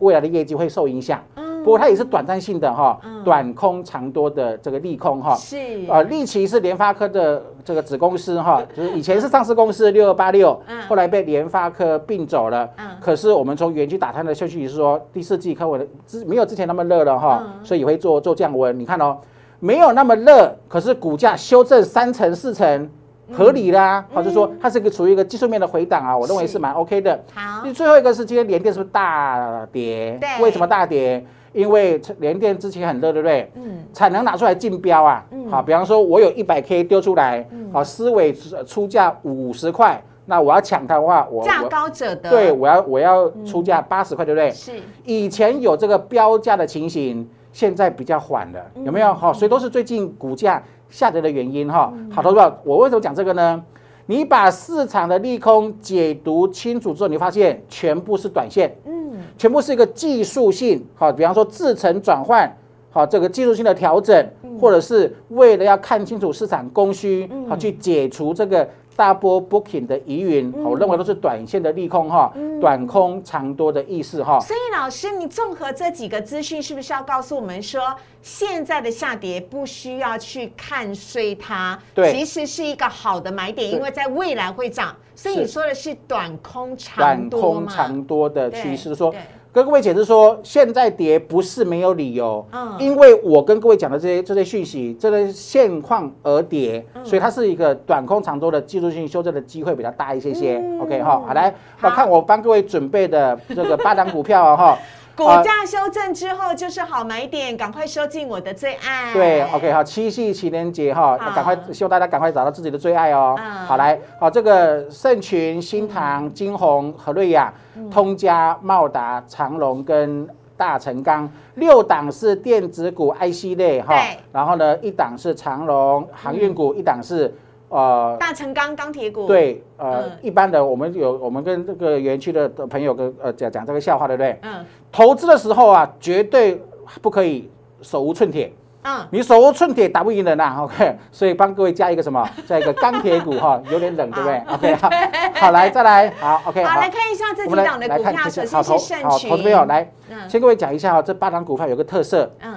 [SPEAKER 2] 未来的业绩会受影响。
[SPEAKER 1] 嗯
[SPEAKER 2] 不过它也是短暂性的哈
[SPEAKER 1] 嗯，
[SPEAKER 2] 短空长多的这个利空哈。
[SPEAKER 1] 是
[SPEAKER 2] 呃，利奇是联发科的这个子公司哈，就是以前是上市公司六二八六
[SPEAKER 1] 嗯，
[SPEAKER 2] 后来被联发科并走了
[SPEAKER 1] 嗯。
[SPEAKER 2] 可是我们从园区打探的消息是说，第四季科文的之没有之前那么热了哈，
[SPEAKER 1] 嗯
[SPEAKER 2] 所以也会做做降温。你看哦，没有那么热，可是股价修正三成四成。
[SPEAKER 1] 嗯
[SPEAKER 2] 合理啦，好，就是说它是一个处于一个技术面的回档啊，我认为
[SPEAKER 1] 是
[SPEAKER 2] 是蛮 OK 的。
[SPEAKER 1] 好
[SPEAKER 2] 那最后一个是今天联电是不是大跌？
[SPEAKER 1] 对
[SPEAKER 2] 为什么大跌？因为联电之前很热，对不对？
[SPEAKER 1] 嗯
[SPEAKER 2] 产能拿出来竞标啊，好，比方说我有一百 K 丢出来，
[SPEAKER 1] 嗯
[SPEAKER 2] 好，思维出价五十块，那我要抢它的话，我
[SPEAKER 1] 价
[SPEAKER 2] 我
[SPEAKER 1] 高嗯者得
[SPEAKER 2] 对我要我要出价八十块，对不对？
[SPEAKER 1] 是
[SPEAKER 2] 以前有这个标价的情形，现在比较缓了，有没有？好，所以都是最近股价下跌的原因哈。好，投资者，我为什么讲这个呢？你把市场的利空解读清楚之后，你发现全部是短线，
[SPEAKER 1] 嗯，
[SPEAKER 2] 全部是一个技术性，好，比方说制程转换，好，这个技术性的调整，或者是为了要看清楚市场供需，好，去解除这个大波 booking 的疑云，好我认为都是短线的利空哈，短空长多的意思哈。
[SPEAKER 1] 所以老师，你综合这几个资讯，是不是要告诉我们说，现在的下跌不需要去看衰它，
[SPEAKER 2] 对
[SPEAKER 1] 其实是一个好的买点，
[SPEAKER 2] 对
[SPEAKER 1] 因为在未来会涨。所以你
[SPEAKER 2] 是
[SPEAKER 1] 说的是短空长
[SPEAKER 2] 短
[SPEAKER 1] 多
[SPEAKER 2] 空
[SPEAKER 1] 嘛？
[SPEAKER 2] 长多的
[SPEAKER 1] 对
[SPEAKER 2] 趋势，说
[SPEAKER 1] 对
[SPEAKER 2] 跟各位解释说，现在跌不是没有理由，
[SPEAKER 1] 嗯
[SPEAKER 2] 因为我跟各位讲的这些这些讯息，这些现况而跌，
[SPEAKER 1] 嗯
[SPEAKER 2] 所以它是一个短空长多的技术性修正的机会比较大一些些。OK
[SPEAKER 1] 嗯
[SPEAKER 2] 哈，好来，我看我帮各位准备的这个八档股票啊哈，
[SPEAKER 1] 股
[SPEAKER 2] 呃
[SPEAKER 1] 价修正之后就是好买点，赶快收进我的最爱。
[SPEAKER 2] 对，OK，好，七夕情人节哈，
[SPEAKER 1] 好
[SPEAKER 2] 赶快，希望大家赶快找到自己的最爱哦
[SPEAKER 1] 嗯。
[SPEAKER 2] 好，来，好，这个盛群、新唐、金鸿、和瑞雅、
[SPEAKER 1] 嗯
[SPEAKER 2] 通家、茂达、长隆跟。大成钢六档是电子股 IC 类哈
[SPEAKER 1] 对，嗯
[SPEAKER 2] 然后呢一档是长隆航运股，一档是呃
[SPEAKER 1] 大成钢钢铁股，，
[SPEAKER 2] 对呃
[SPEAKER 1] 嗯
[SPEAKER 2] 一般的我们有我们跟这个园区的朋友跟呃讲讲这个笑话对不对？
[SPEAKER 1] 嗯
[SPEAKER 2] 投资的时候啊绝对不可以手无寸铁，
[SPEAKER 1] 嗯，
[SPEAKER 2] 你手无寸铁打不赢人呐、OK，所 以帮各位加一个什么，加一个钢铁股 哈，有点冷对不对？OK，好，好来再来，好 OK，
[SPEAKER 1] 好，
[SPEAKER 2] 好
[SPEAKER 1] 来，看一下这
[SPEAKER 2] 我
[SPEAKER 1] 几
[SPEAKER 2] 们来
[SPEAKER 1] 档的
[SPEAKER 2] 来
[SPEAKER 1] 股
[SPEAKER 2] 看
[SPEAKER 1] 票，
[SPEAKER 2] 这
[SPEAKER 1] 首
[SPEAKER 2] 些
[SPEAKER 1] 先是盛
[SPEAKER 2] 好投好
[SPEAKER 1] 群，
[SPEAKER 2] 投资朋友来，
[SPEAKER 1] 嗯
[SPEAKER 2] 先各位讲一下哈，这八档股票有个特色，
[SPEAKER 1] 嗯，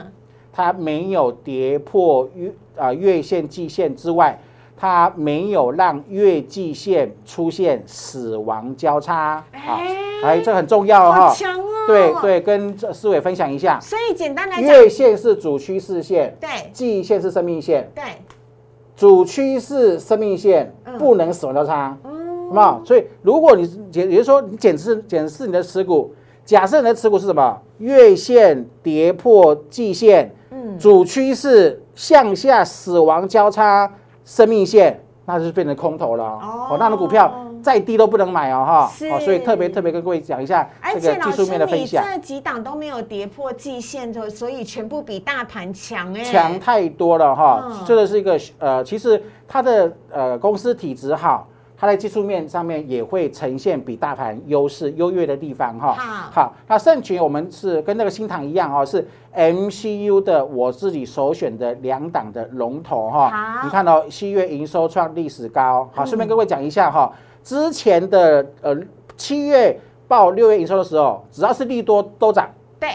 [SPEAKER 2] 它没有跌破月啊、月线、季线之外，它没有让月季线出现死亡交叉啊
[SPEAKER 1] 哎，
[SPEAKER 2] 哎，这很重要
[SPEAKER 1] 好
[SPEAKER 2] 哈，
[SPEAKER 1] 强哦，
[SPEAKER 2] 对。对，跟这思伟分享一下，
[SPEAKER 1] 所以简单来讲，
[SPEAKER 2] 月线是主趋势线，
[SPEAKER 1] 对
[SPEAKER 2] 季线是生命线。
[SPEAKER 1] 对，
[SPEAKER 2] 主趋势生命线
[SPEAKER 1] 嗯
[SPEAKER 2] 不能死亡交叉，
[SPEAKER 1] 嗯，
[SPEAKER 2] 好不好？所以如果你也也就是说你检视检视你的持股，假设你的持股是什么？月线跌破季线，
[SPEAKER 1] 嗯
[SPEAKER 2] 主趋势向下死亡交叉生命线，那就是变成空头了哦。
[SPEAKER 1] 哦
[SPEAKER 2] 那种股票再低都不能买哦，哈。
[SPEAKER 1] 是
[SPEAKER 2] 哦，所以特别特别跟各位讲一下
[SPEAKER 1] 而
[SPEAKER 2] 这
[SPEAKER 1] 且
[SPEAKER 2] 个
[SPEAKER 1] 老
[SPEAKER 2] 技术
[SPEAKER 1] 师
[SPEAKER 2] 面的，分
[SPEAKER 1] 你
[SPEAKER 2] 享。
[SPEAKER 1] 这几档都没有跌破季线的，所以全部比大盘强哎，
[SPEAKER 2] 强太多了
[SPEAKER 1] 嗯
[SPEAKER 2] 哈，这个是一个呃，其实它的呃公司体质好，它在技术面上面也会呈现比大盘优势优越的地方哈。
[SPEAKER 1] 好
[SPEAKER 2] 好，那盛群我们是跟那个新塘一样哦，是 MCU 的我自己首选的两档的龙头哈
[SPEAKER 1] 好。嗯
[SPEAKER 2] 你看到七月营收创历史高，好，顺便跟各位讲一下哈，之前的呃七月报六月营收的时候，只要是利多都涨。
[SPEAKER 1] 对，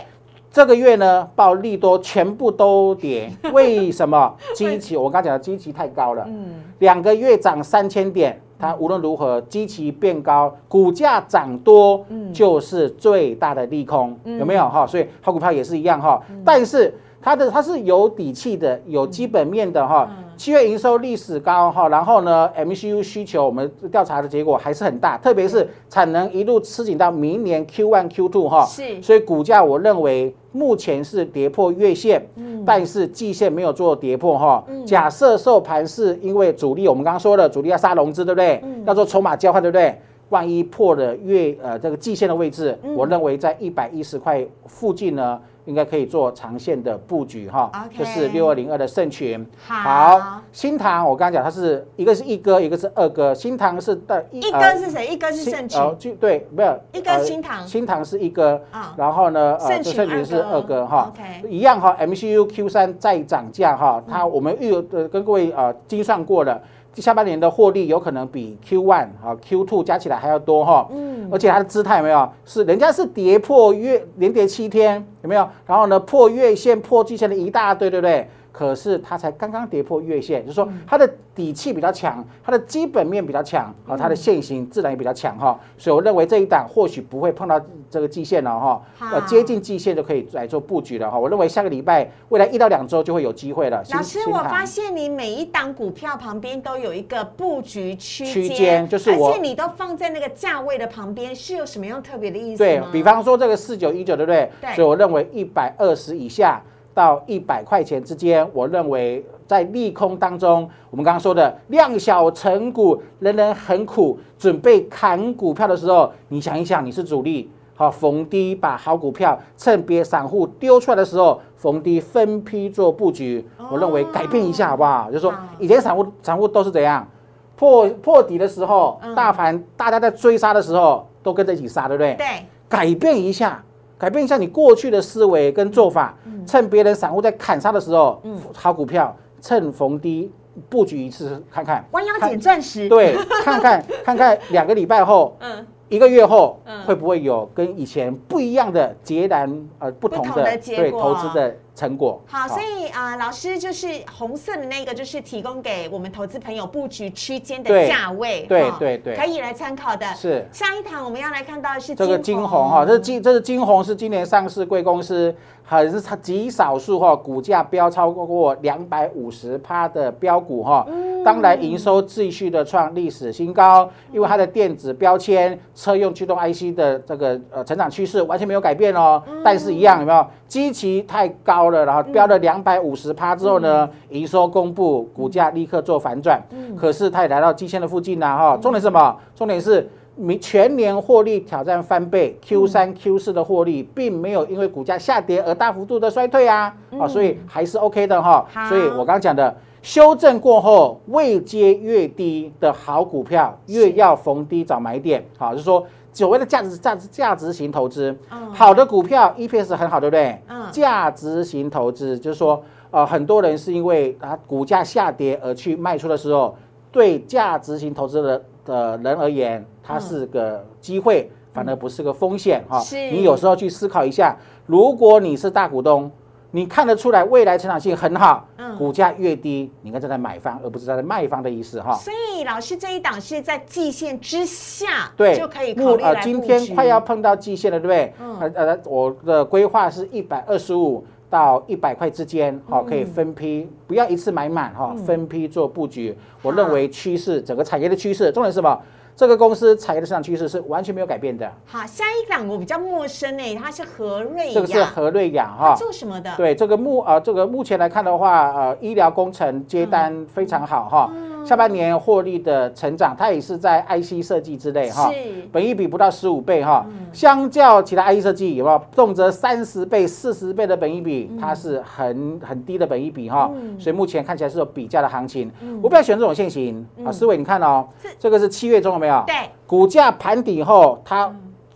[SPEAKER 2] 这个月呢，暴利多全部都跌，为什么？基期我刚讲的基期太高了，
[SPEAKER 1] 嗯，
[SPEAKER 2] 两个月涨三千点，它无论如何基期变高，股价涨多就是最大的利空，有没有哈？所以好股票也是一样哈，但是它的它是有底气的，有基本面的哈。七月营收历史高哈，然后呢，MCU 需求我们调查的结果还是很大，特别是产能一路吃紧到明年 Q1、Q2 哈，
[SPEAKER 1] 是
[SPEAKER 2] 所以股价我认为目前是跌破月线，
[SPEAKER 1] 嗯
[SPEAKER 2] 但是季线没有做跌破哈。假设受盘是因为主力，我们刚刚说了，主力要杀融资，对不对？
[SPEAKER 1] 嗯
[SPEAKER 2] 要做筹码交换，对不对？万一破了月呃这个季线的位置，
[SPEAKER 1] 嗯
[SPEAKER 2] 我认为在一百一十块附近呢，应该可以做长线的布局哈。
[SPEAKER 1] OK
[SPEAKER 2] 这是六二零二的盛群。
[SPEAKER 1] 好
[SPEAKER 2] 新塘我刚刚讲它是一个是一哥，一个是二哥，新塘是的一
[SPEAKER 1] 一
[SPEAKER 2] 呃
[SPEAKER 1] 根是谁？一根是
[SPEAKER 2] 新
[SPEAKER 1] 盛
[SPEAKER 2] 呃
[SPEAKER 1] 群，
[SPEAKER 2] 就对，没有
[SPEAKER 1] 一哥
[SPEAKER 2] 呃
[SPEAKER 1] 新塘
[SPEAKER 2] 新塘是一哥
[SPEAKER 1] 啊，
[SPEAKER 2] 然后呢，
[SPEAKER 1] 盛
[SPEAKER 2] 呃，这
[SPEAKER 1] 群
[SPEAKER 2] 盛群是
[SPEAKER 1] 二哥
[SPEAKER 2] 二哥哈
[SPEAKER 1] OK，
[SPEAKER 2] 一样哈，MCU Q 三再涨价哈，
[SPEAKER 1] 嗯
[SPEAKER 2] 它我们预呃跟各位呃精算过了。下半年的获利有可能比 Q one 啊 Q two 加起来还要多哈，
[SPEAKER 1] 嗯
[SPEAKER 2] 而且它的姿态有没有是人家是跌破月连跌七天有没有？然后呢破月线破季线的一大堆，对不对？可是它才刚刚跌破月线，就是说
[SPEAKER 1] 嗯
[SPEAKER 2] 它的底气比较强，它的基本面比较强，啊，
[SPEAKER 1] 嗯
[SPEAKER 2] 它的现行自然也比较强哈，所以我认为这一档或许不会碰到这个季线了哈，呃，
[SPEAKER 1] 好
[SPEAKER 2] 接近季线就可以来做布局了哈。我认为下个礼拜未来一到两周就会有机会了。新
[SPEAKER 1] 老师，
[SPEAKER 2] 新
[SPEAKER 1] 我
[SPEAKER 2] 塘
[SPEAKER 1] 发现你每一档股票旁边都有一个布局区
[SPEAKER 2] 区间就是我
[SPEAKER 1] 而且你都放在那个价位的旁边，是有什么样特别的意思
[SPEAKER 2] 对
[SPEAKER 1] 吗
[SPEAKER 2] 比方说这个四九一九，对不对
[SPEAKER 1] 对？
[SPEAKER 2] 所以我认为一百二十以下到一百块钱之间，我认为在利空当中，我们刚刚说的量小成股，人人很苦，准备砍股票的时候，你想一想，你是主力。好，逢低把好股票，趁别散户丢出来的时候，逢低分批做布局。我认为改变一下好不好？就是说
[SPEAKER 1] 哦好，
[SPEAKER 2] 以前散户散户都是怎样，破破底的时候
[SPEAKER 1] 嗯，
[SPEAKER 2] 大盘大家在追杀的时候，都跟着一起杀，对不对？
[SPEAKER 1] 对，
[SPEAKER 2] 改变一下，改变一下你过去的思维跟做法，
[SPEAKER 1] 嗯
[SPEAKER 2] 趁别人散户在砍杀的时候，好股票趁逢低布局一次看看，
[SPEAKER 1] 弯腰
[SPEAKER 2] 看
[SPEAKER 1] 捡钻石，，
[SPEAKER 2] 对，看看看看两个礼拜后。
[SPEAKER 1] 嗯，
[SPEAKER 2] 一个月后
[SPEAKER 1] 嗯
[SPEAKER 2] 会不会有跟以前不一样的、截然呃不同
[SPEAKER 1] 不同
[SPEAKER 2] 的
[SPEAKER 1] 的结
[SPEAKER 2] 对
[SPEAKER 1] 果
[SPEAKER 2] 投资的成果？
[SPEAKER 1] 好，所以啊、呃老师就是红色的那个，就是提供给我们投资朋友布局区间的
[SPEAKER 2] 对
[SPEAKER 1] 价位，
[SPEAKER 2] 对
[SPEAKER 1] 哈
[SPEAKER 2] 对对
[SPEAKER 1] 可以来参考的。
[SPEAKER 2] 是
[SPEAKER 1] 下一堂我们要来看到的是
[SPEAKER 2] 这个金红哈，这是金这是金红是今年上市贵公司，很是它极少数哈，股价飙超过两百五十趴的标股哈。当然，营收继续的创历史新高，因为它的电子标签、车用驱动 IC 的这个呃成长趋势完全没有改变哦。但是，一样有没有？基期太高了，然后飙了两百五十趴之后呢，营收公布，股价立刻做反转。
[SPEAKER 1] 嗯
[SPEAKER 2] 可是它也来到基线的附近啦哈。重点是什么？重点是。明全年获利挑战翻倍，Q
[SPEAKER 1] 嗯
[SPEAKER 2] 三、Q 四的获利并没有因为股价下跌而大幅度的衰退啊，啊，所以还是 OK 的哈
[SPEAKER 1] 嗯好。
[SPEAKER 2] 所以我刚刚讲的，修正过后位阶越低的好股票，越要逢低找买点，好，就是说所谓的价值价值价值型投资
[SPEAKER 1] 嗯，
[SPEAKER 2] 好的股票 EPS 很好，对不对？
[SPEAKER 1] 嗯
[SPEAKER 2] 价值型投资就是说，呃，很多人是因为啊股价下跌而去卖出的时候，对价值型投资的的人而言，它是个机会，反而不是个风险哈。
[SPEAKER 1] 嗯是
[SPEAKER 2] 你有时候去思考一下，如果你是大股东，你看得出来未来成长性很好
[SPEAKER 1] 嗯，
[SPEAKER 2] 股价越低，你应该站在买方而不是站在卖方的意思哈。
[SPEAKER 1] 所以老师这一档是在季线之下，
[SPEAKER 2] 对，
[SPEAKER 1] 就可以
[SPEAKER 2] 目
[SPEAKER 1] 考虑来
[SPEAKER 2] 呃
[SPEAKER 1] 布局。
[SPEAKER 2] 今天快要碰到季线了，对不对？
[SPEAKER 1] 嗯
[SPEAKER 2] 呃呃，我的规划是一百二十五到一百块之间，
[SPEAKER 1] 嗯
[SPEAKER 2] 好、可以分批，不要一次买满哈、分批做布局。我认为趋势，整个产业的趋势，重点是什么？这个公司产业的市场趋势是完全没有改变的。
[SPEAKER 1] 好，下一档我比较陌生哎、它是何瑞
[SPEAKER 2] 这个是
[SPEAKER 1] 雅，
[SPEAKER 2] 何瑞雅
[SPEAKER 1] 它
[SPEAKER 2] 哈、
[SPEAKER 1] 做什么的？，
[SPEAKER 2] 对这个目呃，这个目前来看的话，呃，医疗工程接单
[SPEAKER 1] 嗯
[SPEAKER 2] 非常好哈，下半年获利的成长，它也是在 IC 设计之类哈
[SPEAKER 1] 是，
[SPEAKER 2] 本益比不到十五倍哈，
[SPEAKER 1] 嗯
[SPEAKER 2] 相较其他 IC 设计有没有动辄三十倍、四十倍的本益比，
[SPEAKER 1] 嗯
[SPEAKER 2] 它是很很低的本益比哈，所以目前看起来是有比价的行情，我不要喜欢这种现形啊，思维你看哦
[SPEAKER 1] 嗯是，
[SPEAKER 2] 这个是七月中有没有？
[SPEAKER 1] 对
[SPEAKER 2] 股价盘底后，它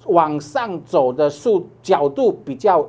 [SPEAKER 2] 往上走的速角度比较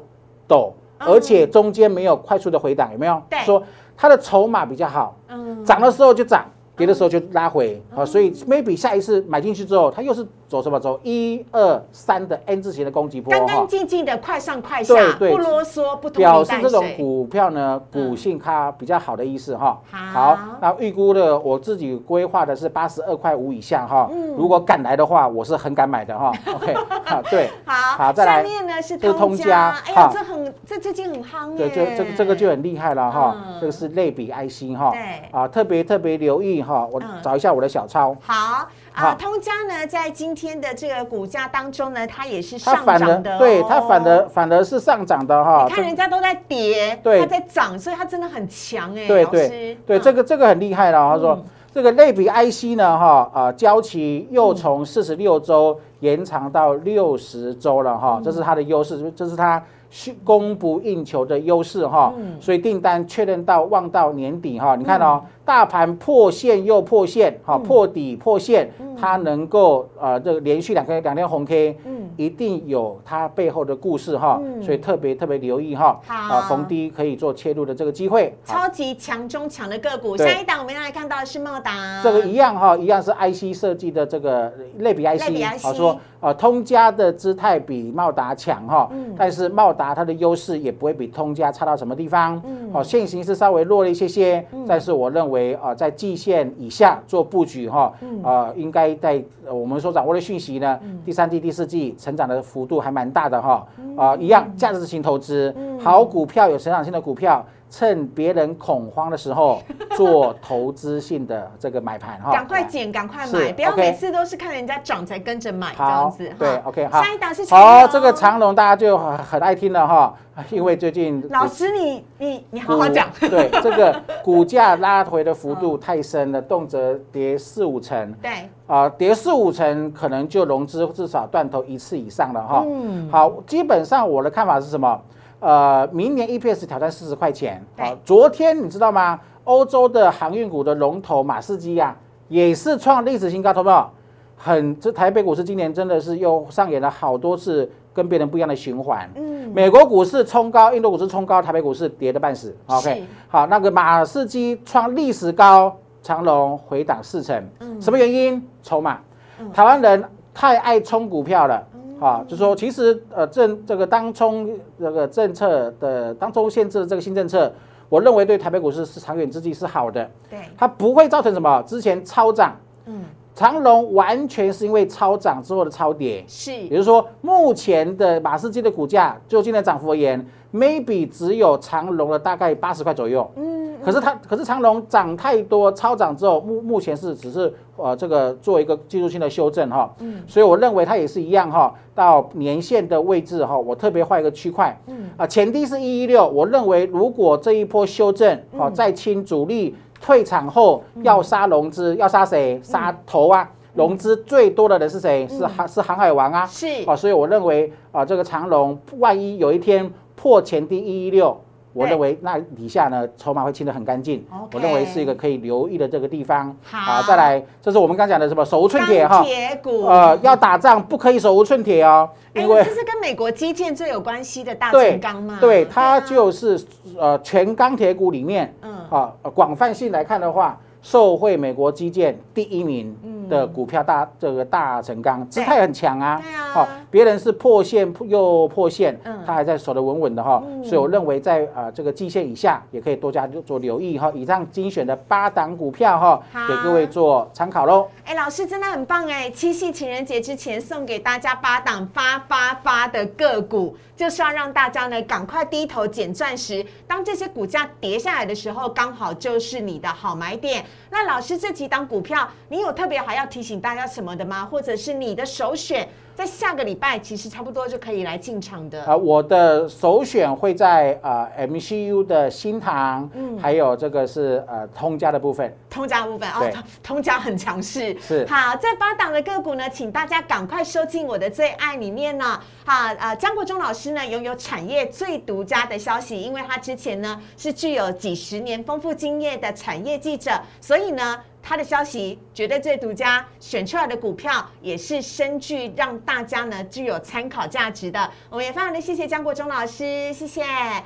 [SPEAKER 2] 陡，
[SPEAKER 1] 嗯
[SPEAKER 2] 而且中间没有快速的回档，有没有
[SPEAKER 1] 对？
[SPEAKER 2] 说它的筹码比较好，
[SPEAKER 1] 嗯，
[SPEAKER 2] 涨的时候就涨，跌的时候就拉回，好，所以 maybe 下一次买进去之后，它又是走什么？走一二三的 N 字形的攻击波，
[SPEAKER 1] 干
[SPEAKER 2] 哈
[SPEAKER 1] 干净净的，快上快下，
[SPEAKER 2] 对对
[SPEAKER 1] 不啰嗦，不拖
[SPEAKER 2] 表
[SPEAKER 1] 泥
[SPEAKER 2] 示
[SPEAKER 1] 带
[SPEAKER 2] 这种
[SPEAKER 1] 水
[SPEAKER 2] 股票呢，
[SPEAKER 1] 嗯
[SPEAKER 2] 股性它比较好的意思哈。
[SPEAKER 1] 好
[SPEAKER 2] 那预估的我自己规划的是八十二块五以下哈。
[SPEAKER 1] 嗯
[SPEAKER 2] 如果敢来的话，我是很敢买的哈。OK，好， 对，
[SPEAKER 1] 好，
[SPEAKER 2] 好再
[SPEAKER 1] 下
[SPEAKER 2] 来
[SPEAKER 1] 面呢是
[SPEAKER 2] 这是
[SPEAKER 1] 通
[SPEAKER 2] 通家
[SPEAKER 1] 哎呀
[SPEAKER 2] 哈，
[SPEAKER 1] 这很这最近很夯
[SPEAKER 2] 对，
[SPEAKER 1] 耶。
[SPEAKER 2] 这这个这个就很厉害了
[SPEAKER 1] 嗯
[SPEAKER 2] 哈。这个是类比 IC 哈。
[SPEAKER 1] 对
[SPEAKER 2] 啊，特别特别留意哈，我
[SPEAKER 1] 嗯
[SPEAKER 2] 找一下我的小抄。
[SPEAKER 1] 好啊。
[SPEAKER 2] 好
[SPEAKER 1] 通家呢，在今天的这个股价当中呢，它也是
[SPEAKER 2] 它
[SPEAKER 1] 上
[SPEAKER 2] 反而
[SPEAKER 1] 涨的哦。
[SPEAKER 2] 对它反而反而是上涨的哈
[SPEAKER 1] 你，看人家都在跌，
[SPEAKER 2] 对
[SPEAKER 1] 它在涨，所以它真的很强哎。
[SPEAKER 2] 对
[SPEAKER 1] 老
[SPEAKER 2] 对
[SPEAKER 1] 师
[SPEAKER 2] 对，
[SPEAKER 1] 嗯
[SPEAKER 2] 这个这个很厉害了。他说这个类比 IC 呢，哈啊，交期
[SPEAKER 1] 嗯
[SPEAKER 2] 又从四十六周延长到六十周了哈，这是
[SPEAKER 1] 嗯
[SPEAKER 2] 它的优势，这是它需供不应求的优势哈。
[SPEAKER 1] 嗯
[SPEAKER 2] 所以订单确认到望到年底哈，你看哦，大盘破线又破线，哈，
[SPEAKER 1] 嗯
[SPEAKER 2] 破底破线，它能够呃这个连续两个两天红 K，一
[SPEAKER 1] 嗯
[SPEAKER 2] 定有它背后的故事哈，所以特别特别留意哈，
[SPEAKER 1] 好
[SPEAKER 2] 啊，逢低可以做切入的这个机会。好
[SPEAKER 1] 超级强中强的个股。
[SPEAKER 2] 对
[SPEAKER 1] 下一档我们要来看到的是茂达，
[SPEAKER 2] 这个一样哈、一样是 IC 设计的这个类比 IC，
[SPEAKER 1] 类比 IC
[SPEAKER 2] 好说呃通家的姿态比茂达强哈、
[SPEAKER 1] 嗯
[SPEAKER 2] 但是茂达它的优势也不会比通家差到什么地方，
[SPEAKER 1] 嗯
[SPEAKER 2] 好、现行是稍微弱了一些些，但是我认为啊、呃在季线以下做布局哈、
[SPEAKER 1] 嗯
[SPEAKER 2] 呃应该在、呃我们所掌握的讯息呢，第三季、第四季成长的幅度还蛮大的哈、
[SPEAKER 1] 嗯
[SPEAKER 2] 啊、一样价值型投资，好股票有成长性的股票。趁别人恐慌的时候做投资性的这个买盘哈，
[SPEAKER 1] 赶快减，赶快买，
[SPEAKER 2] 是
[SPEAKER 1] 不要
[SPEAKER 2] OK
[SPEAKER 1] 每次都是看人家涨才跟着买这样
[SPEAKER 2] 好
[SPEAKER 1] 子哈，。
[SPEAKER 2] 对，OK，好，
[SPEAKER 1] 下一档是长
[SPEAKER 2] 好，
[SPEAKER 1] 荣
[SPEAKER 2] 这个长龙大家就很很爱听了哈，因为最近
[SPEAKER 1] 老
[SPEAKER 2] 股
[SPEAKER 1] 师你你你好
[SPEAKER 2] 股
[SPEAKER 1] 好讲。嗯
[SPEAKER 2] 对，这个股价拉回的幅度太深了，动辄跌四五成，
[SPEAKER 1] 对，
[SPEAKER 2] 啊，跌四五成可能就融资至少断头一次以上了哈。
[SPEAKER 1] 嗯
[SPEAKER 2] 好，基本上我的看法是什么？呃，明年 EPS 挑战四十块钱。
[SPEAKER 1] 对
[SPEAKER 2] 好，昨天你知道吗？欧洲的航运股的龙头马士基啊，也是创历史新高，投票很这台北股市今年真的是又上演了好多次跟别人不一样的循环。
[SPEAKER 1] 嗯，
[SPEAKER 2] 美国股市冲高，印度股市冲高，台北股市跌得半死。
[SPEAKER 1] 是
[SPEAKER 2] OK，好，那个马士基创历史高，长隆回档四成，
[SPEAKER 1] 嗯
[SPEAKER 2] 什么原因？筹码
[SPEAKER 1] 嗯，
[SPEAKER 2] 台湾人太爱冲股票了。啊，就说其实呃政这个当冲这个政策的当冲限制的这个新政策，我认为对台北股市是长远之计是好的，
[SPEAKER 1] 对，
[SPEAKER 2] 它不会造成什么之前超涨，
[SPEAKER 1] 嗯，
[SPEAKER 2] 长隆完全是因为超涨之后的超跌，也
[SPEAKER 1] 是
[SPEAKER 2] 就是说，目前的马士基的股价，就今年涨幅而言，maybe 只有长隆的大概八十块左右。
[SPEAKER 1] 嗯，
[SPEAKER 2] 可是它，可是长隆涨太多，超涨之后，目目前是只是呃这个做一个技术性的修正哈，
[SPEAKER 1] 嗯
[SPEAKER 2] 所以我认为它也是一样哈，到年线的位置哈，我特别画一个区块，
[SPEAKER 1] 嗯
[SPEAKER 2] 啊前低是一一六，我认为如果这一波修正哦
[SPEAKER 1] 嗯
[SPEAKER 2] 再清主力退场后要杀融资，要杀谁？
[SPEAKER 1] 嗯
[SPEAKER 2] 杀头啊！融资最多的人是谁？是航是航海王啊，
[SPEAKER 1] 是
[SPEAKER 2] 啊，所以我认为啊，这个长隆万一有一天破前低一一六，我
[SPEAKER 1] 对
[SPEAKER 2] 认为那底下呢筹码会清得很干净
[SPEAKER 1] OK，
[SPEAKER 2] 我认为是一个可以留意的这个地方。
[SPEAKER 1] 好
[SPEAKER 2] 啊，再来，这是我们刚讲的什么手无寸铁
[SPEAKER 1] 钢
[SPEAKER 2] 哈，
[SPEAKER 1] 铁股
[SPEAKER 2] 呃，要打仗不可以手无寸铁哦，
[SPEAKER 1] 哎
[SPEAKER 2] 因为
[SPEAKER 1] 这是跟美国基建最有关系的大
[SPEAKER 2] 对
[SPEAKER 1] 成钢嘛，
[SPEAKER 2] 对，
[SPEAKER 1] 啊
[SPEAKER 2] 它就是呃全钢铁股里面，
[SPEAKER 1] 嗯
[SPEAKER 2] 啊呃广泛性来看的话。受惠美国基建第一名的股票大这个大成钢姿态很强啊，
[SPEAKER 1] 嗯对啊
[SPEAKER 2] 好别人是破线又破线
[SPEAKER 1] 嗯，
[SPEAKER 2] 它还在守得稳稳的哈，所以我认为在啊这个季线以下也可以多加做留意哈。以上精选的八档股票哈，给各位做参考喽。
[SPEAKER 1] 哎，老师真的很棒哎！七夕情人节之前送给大家八档发发发的个股，就是要让大家呢赶快低头捡钻石。当这些股价跌下来的时候，刚好就是你的好买点。那老师这几档股票，你有特别还要提醒大家什么的吗？或者是你的首选，在下个礼拜其实差不多就可以来进场的。
[SPEAKER 2] 啊，我的首选会在啊 MCU 的新塘，
[SPEAKER 1] 嗯
[SPEAKER 2] 还有这个是呃通家的部分。
[SPEAKER 1] 通家部分哦
[SPEAKER 2] 对，
[SPEAKER 1] 通通家很强势。
[SPEAKER 2] 是
[SPEAKER 1] 好，这八档的个股呢，请大家赶快收进我的最爱里面呢、好，呃，张国忠老师呢拥有产业最独家的消息，因为他之前呢是具有几十年丰富经验的产业记者，所以呢。他的消息绝对最独家，选出来的股票也是深具让大家呢具有参考价值的。我们也非常的谢谢江国忠老师，谢谢。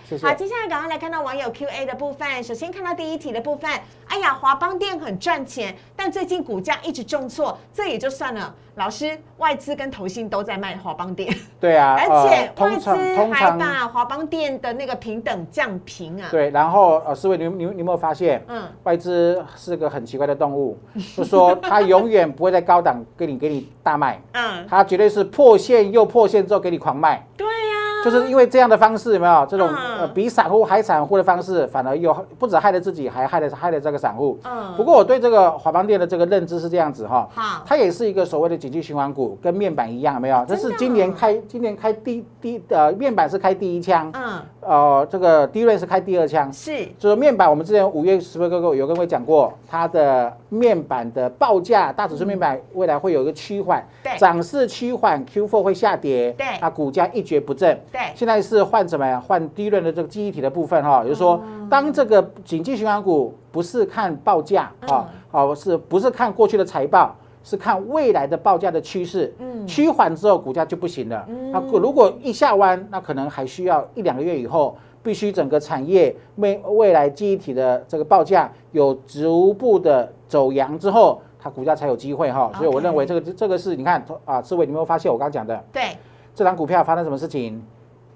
[SPEAKER 2] 谢谢
[SPEAKER 1] 好，接下来赶快来看到网友 Q A 的部分。首先看到第一题的部分，哎呀，华邦店很赚钱，但最近股价一直重挫，这也就算了。老师，外资跟投信都在卖华邦店，
[SPEAKER 2] 对 啊，
[SPEAKER 1] 而
[SPEAKER 2] 呃
[SPEAKER 1] 且外
[SPEAKER 2] 通
[SPEAKER 1] 资
[SPEAKER 2] 常通
[SPEAKER 1] 还
[SPEAKER 2] 常
[SPEAKER 1] 把华邦店的那个平等降平啊。
[SPEAKER 2] 对，然后呃，思维，你有你有你有没有发现，
[SPEAKER 1] 嗯
[SPEAKER 2] 外资是个很奇怪的动物， 就说它永远不会在高档给你给你大卖，
[SPEAKER 1] 嗯，
[SPEAKER 2] 它绝对是破线又破线之后给你狂卖，
[SPEAKER 1] 对呀、
[SPEAKER 2] 就是因为这样的方式有没有这种
[SPEAKER 1] 嗯
[SPEAKER 2] 呃比散户还散户的方式，反而又不止害了自己，还害了害了这个散户。
[SPEAKER 1] 嗯
[SPEAKER 2] 不过我对这个华邦店的这个认知是这样子哈
[SPEAKER 1] 好，
[SPEAKER 2] 它也是一个所谓的景气循环股，跟面板一样有没有？这
[SPEAKER 1] 啊真
[SPEAKER 2] 是
[SPEAKER 1] 的
[SPEAKER 2] 今年开今年开第第呃面板是开第一枪，
[SPEAKER 1] 嗯，
[SPEAKER 2] 呃这个低润是开第二枪。
[SPEAKER 1] 是
[SPEAKER 2] 就是面板，我们之前五月十分哥哥有跟各位讲过，它的面板的报价，大指数面板未来会有一个趋缓
[SPEAKER 1] 对，
[SPEAKER 2] 涨势趋缓，Q4 会下跌，
[SPEAKER 1] 对
[SPEAKER 2] 那股价一蹶不振，
[SPEAKER 1] 对
[SPEAKER 2] 现在是换什么呀？换低润的这个记忆体的部分哈、也就是
[SPEAKER 1] 哦
[SPEAKER 2] 说，当这个景气循环股不是看报价
[SPEAKER 1] 嗯
[SPEAKER 2] 啊，好、是不是看过去的财报？是看未来的报价的趋势，
[SPEAKER 1] 嗯
[SPEAKER 2] 趋缓之后股价就不行了。那如果一下弯，那可能还需要一两个月以后，必须整个产业未未来记忆体的这个报价有逐步的走阳之后，它股价才有机会哈。所以我
[SPEAKER 1] 哦 OK
[SPEAKER 2] 认为这个这个是你看啊，志伟，你有没有发现我刚刚讲的
[SPEAKER 1] 对，哎、
[SPEAKER 2] 这张股票发生什么事情？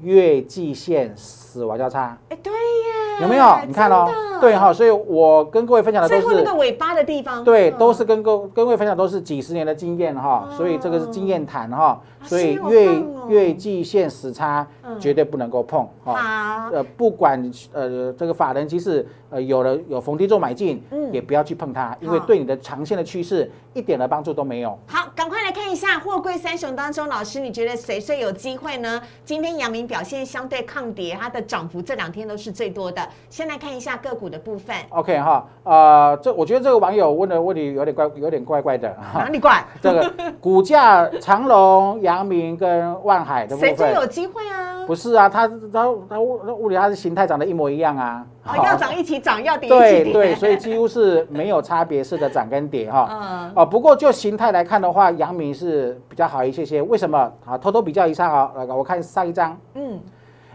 [SPEAKER 2] 月季线死亡交叉
[SPEAKER 1] 哎对耶，
[SPEAKER 2] 有没有？你看哦
[SPEAKER 1] 哎真的，
[SPEAKER 2] 对哈，所以我跟各位分享的都
[SPEAKER 1] 最
[SPEAKER 2] 是
[SPEAKER 1] 后那个尾巴的地方，
[SPEAKER 2] 对，都
[SPEAKER 1] 嗯
[SPEAKER 2] 是跟各跟各位分享都是几十年的经验哈，
[SPEAKER 1] 哦
[SPEAKER 2] 所以这个是经验谈哈，
[SPEAKER 1] 啊
[SPEAKER 2] 所以
[SPEAKER 1] 是好
[SPEAKER 2] 月
[SPEAKER 1] 棒哦
[SPEAKER 2] 月季线时差
[SPEAKER 1] 嗯
[SPEAKER 2] 绝对不能够碰哈。
[SPEAKER 1] 好。
[SPEAKER 2] 呃，不管呃这个法人，即使呃有了有逢低做买进，
[SPEAKER 1] 嗯
[SPEAKER 2] 也不要去碰它，因为
[SPEAKER 1] 好
[SPEAKER 2] 对你的长线的趋势一点的帮助都没有。
[SPEAKER 1] 好，赶快来看一下货柜三雄当中，老师你觉得谁最有机会呢？今天阳明表现相对抗跌，它的涨幅这两天都是最多的。先来看一下个股的部分，
[SPEAKER 2] OK 哈，呃，这我觉得这个网友问的问题有点怪，有点怪怪的哈
[SPEAKER 1] 哪。里怪？
[SPEAKER 2] 这个股价长隆、阳明跟万海的部
[SPEAKER 1] 谁最
[SPEAKER 2] 分，
[SPEAKER 1] 有机会啊？
[SPEAKER 2] 不是啊，它它它物物理它是形态长得一模一样啊，
[SPEAKER 1] 哦，
[SPEAKER 2] 好
[SPEAKER 1] 要涨一起涨，要跌一起
[SPEAKER 2] 对
[SPEAKER 1] 跌。
[SPEAKER 2] 对，所以几乎是没有差别式的涨跟跌哈。
[SPEAKER 1] 嗯，
[SPEAKER 2] 哦，不过就形态来看的话，阳明是比较好一些些。为什么？啊，偷偷比较一下啊，那个我看上一张
[SPEAKER 1] 嗯，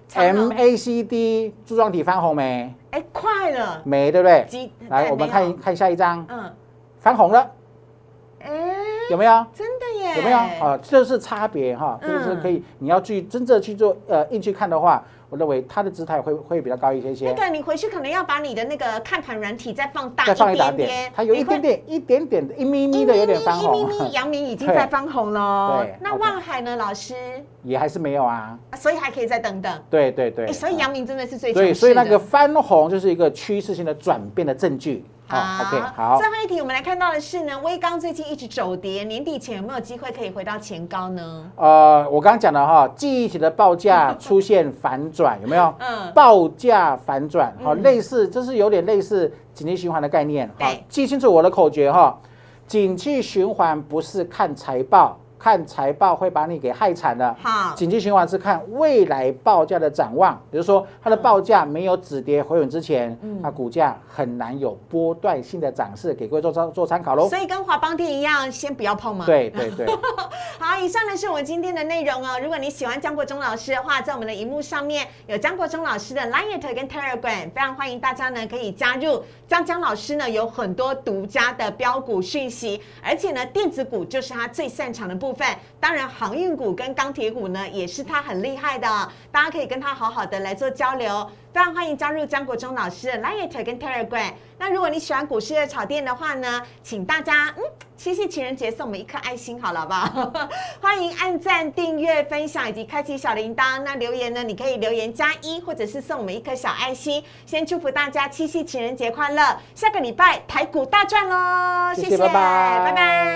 [SPEAKER 1] 长隆
[SPEAKER 2] MACD 柱状体翻红没？
[SPEAKER 1] 哎，快了，
[SPEAKER 2] 没，对不对？
[SPEAKER 1] 急
[SPEAKER 2] 来，我们看一，看下一张，
[SPEAKER 1] 嗯，
[SPEAKER 2] 翻红了，
[SPEAKER 1] 哎，
[SPEAKER 2] 有没有？
[SPEAKER 1] 真的耶，
[SPEAKER 2] 有没有？啊，这是差别哈，
[SPEAKER 1] 嗯
[SPEAKER 2] 这是可以，你要去真正去做呃硬去看的话，我认为它的姿态会会比较高一些
[SPEAKER 1] 那
[SPEAKER 2] 些。
[SPEAKER 1] 个你回去可能要把你的那个看盘软体再放大
[SPEAKER 2] 再放一打
[SPEAKER 1] 点
[SPEAKER 2] 点，它有一点
[SPEAKER 1] 点。
[SPEAKER 2] 点、一点点的、一咪咪的有点翻
[SPEAKER 1] 一
[SPEAKER 2] 红
[SPEAKER 1] 哦咪，咪，阳明已经
[SPEAKER 2] 对
[SPEAKER 1] 在翻红了哦
[SPEAKER 2] 对。
[SPEAKER 1] 那
[SPEAKER 2] 好的
[SPEAKER 1] 望海呢，老师？
[SPEAKER 2] 也还是没有啊。
[SPEAKER 1] 啊所以还可以再等等。
[SPEAKER 2] 对对对
[SPEAKER 1] 哎，，所以阳明真的是最强势
[SPEAKER 2] 对，
[SPEAKER 1] 的。
[SPEAKER 2] 所以那个翻红就是一个趋势性的转变的证据。，OK，好哦
[SPEAKER 1] 最。后一题我们来看到的是呢，威刚最近一直走跌，年底前有没有机会可以回到前高呢？
[SPEAKER 2] 呃，我刚刚讲的哈，记忆体的 报价出现反转，有没有？
[SPEAKER 1] 嗯
[SPEAKER 2] 报价反转，好，
[SPEAKER 1] 嗯
[SPEAKER 2] 类似，这是有点类似景气循环的概念。好
[SPEAKER 1] 对，
[SPEAKER 2] 记清楚我的口诀哈，景气循环不是看财报，看财报会把你给害惨的。
[SPEAKER 1] 好，
[SPEAKER 2] 景啊气循环是看未来报价的展望，也就是说它的报价没有止跌回稳之前，那股价很难有波段性的涨势，给各位做参做参考喽。
[SPEAKER 1] 所以跟华邦店一样，先不要碰嘛。。
[SPEAKER 2] 对对对，
[SPEAKER 1] 好，以上呢是我们今天的内容哦。如果你喜欢江国忠老师的话，在我们的荧幕上面有江国忠老师的 Line 跟 Telegram，非常欢迎大家呢可以加入。江江老师呢有很多独家的标股讯息，而且呢电子股就是他最擅长的部分。当然，航运股跟钢铁股呢也是他很厉害的哦、大家可以跟他好好的来做交流。非常欢迎加入江国忠老师的 Line 跟 Telegram。那如果你喜欢股市的炒店的话呢，请大家嗯，七夕情人节送我们一颗爱心好了，好不好？ 欢迎按赞、订阅、分享以及开启小铃铛。那留言呢，你可以留言加一，或者是送我们一颗小爱心。先祝福大家七夕情人节快乐，下个礼拜台股大赚喽！
[SPEAKER 2] 谢谢拜拜
[SPEAKER 1] 拜拜。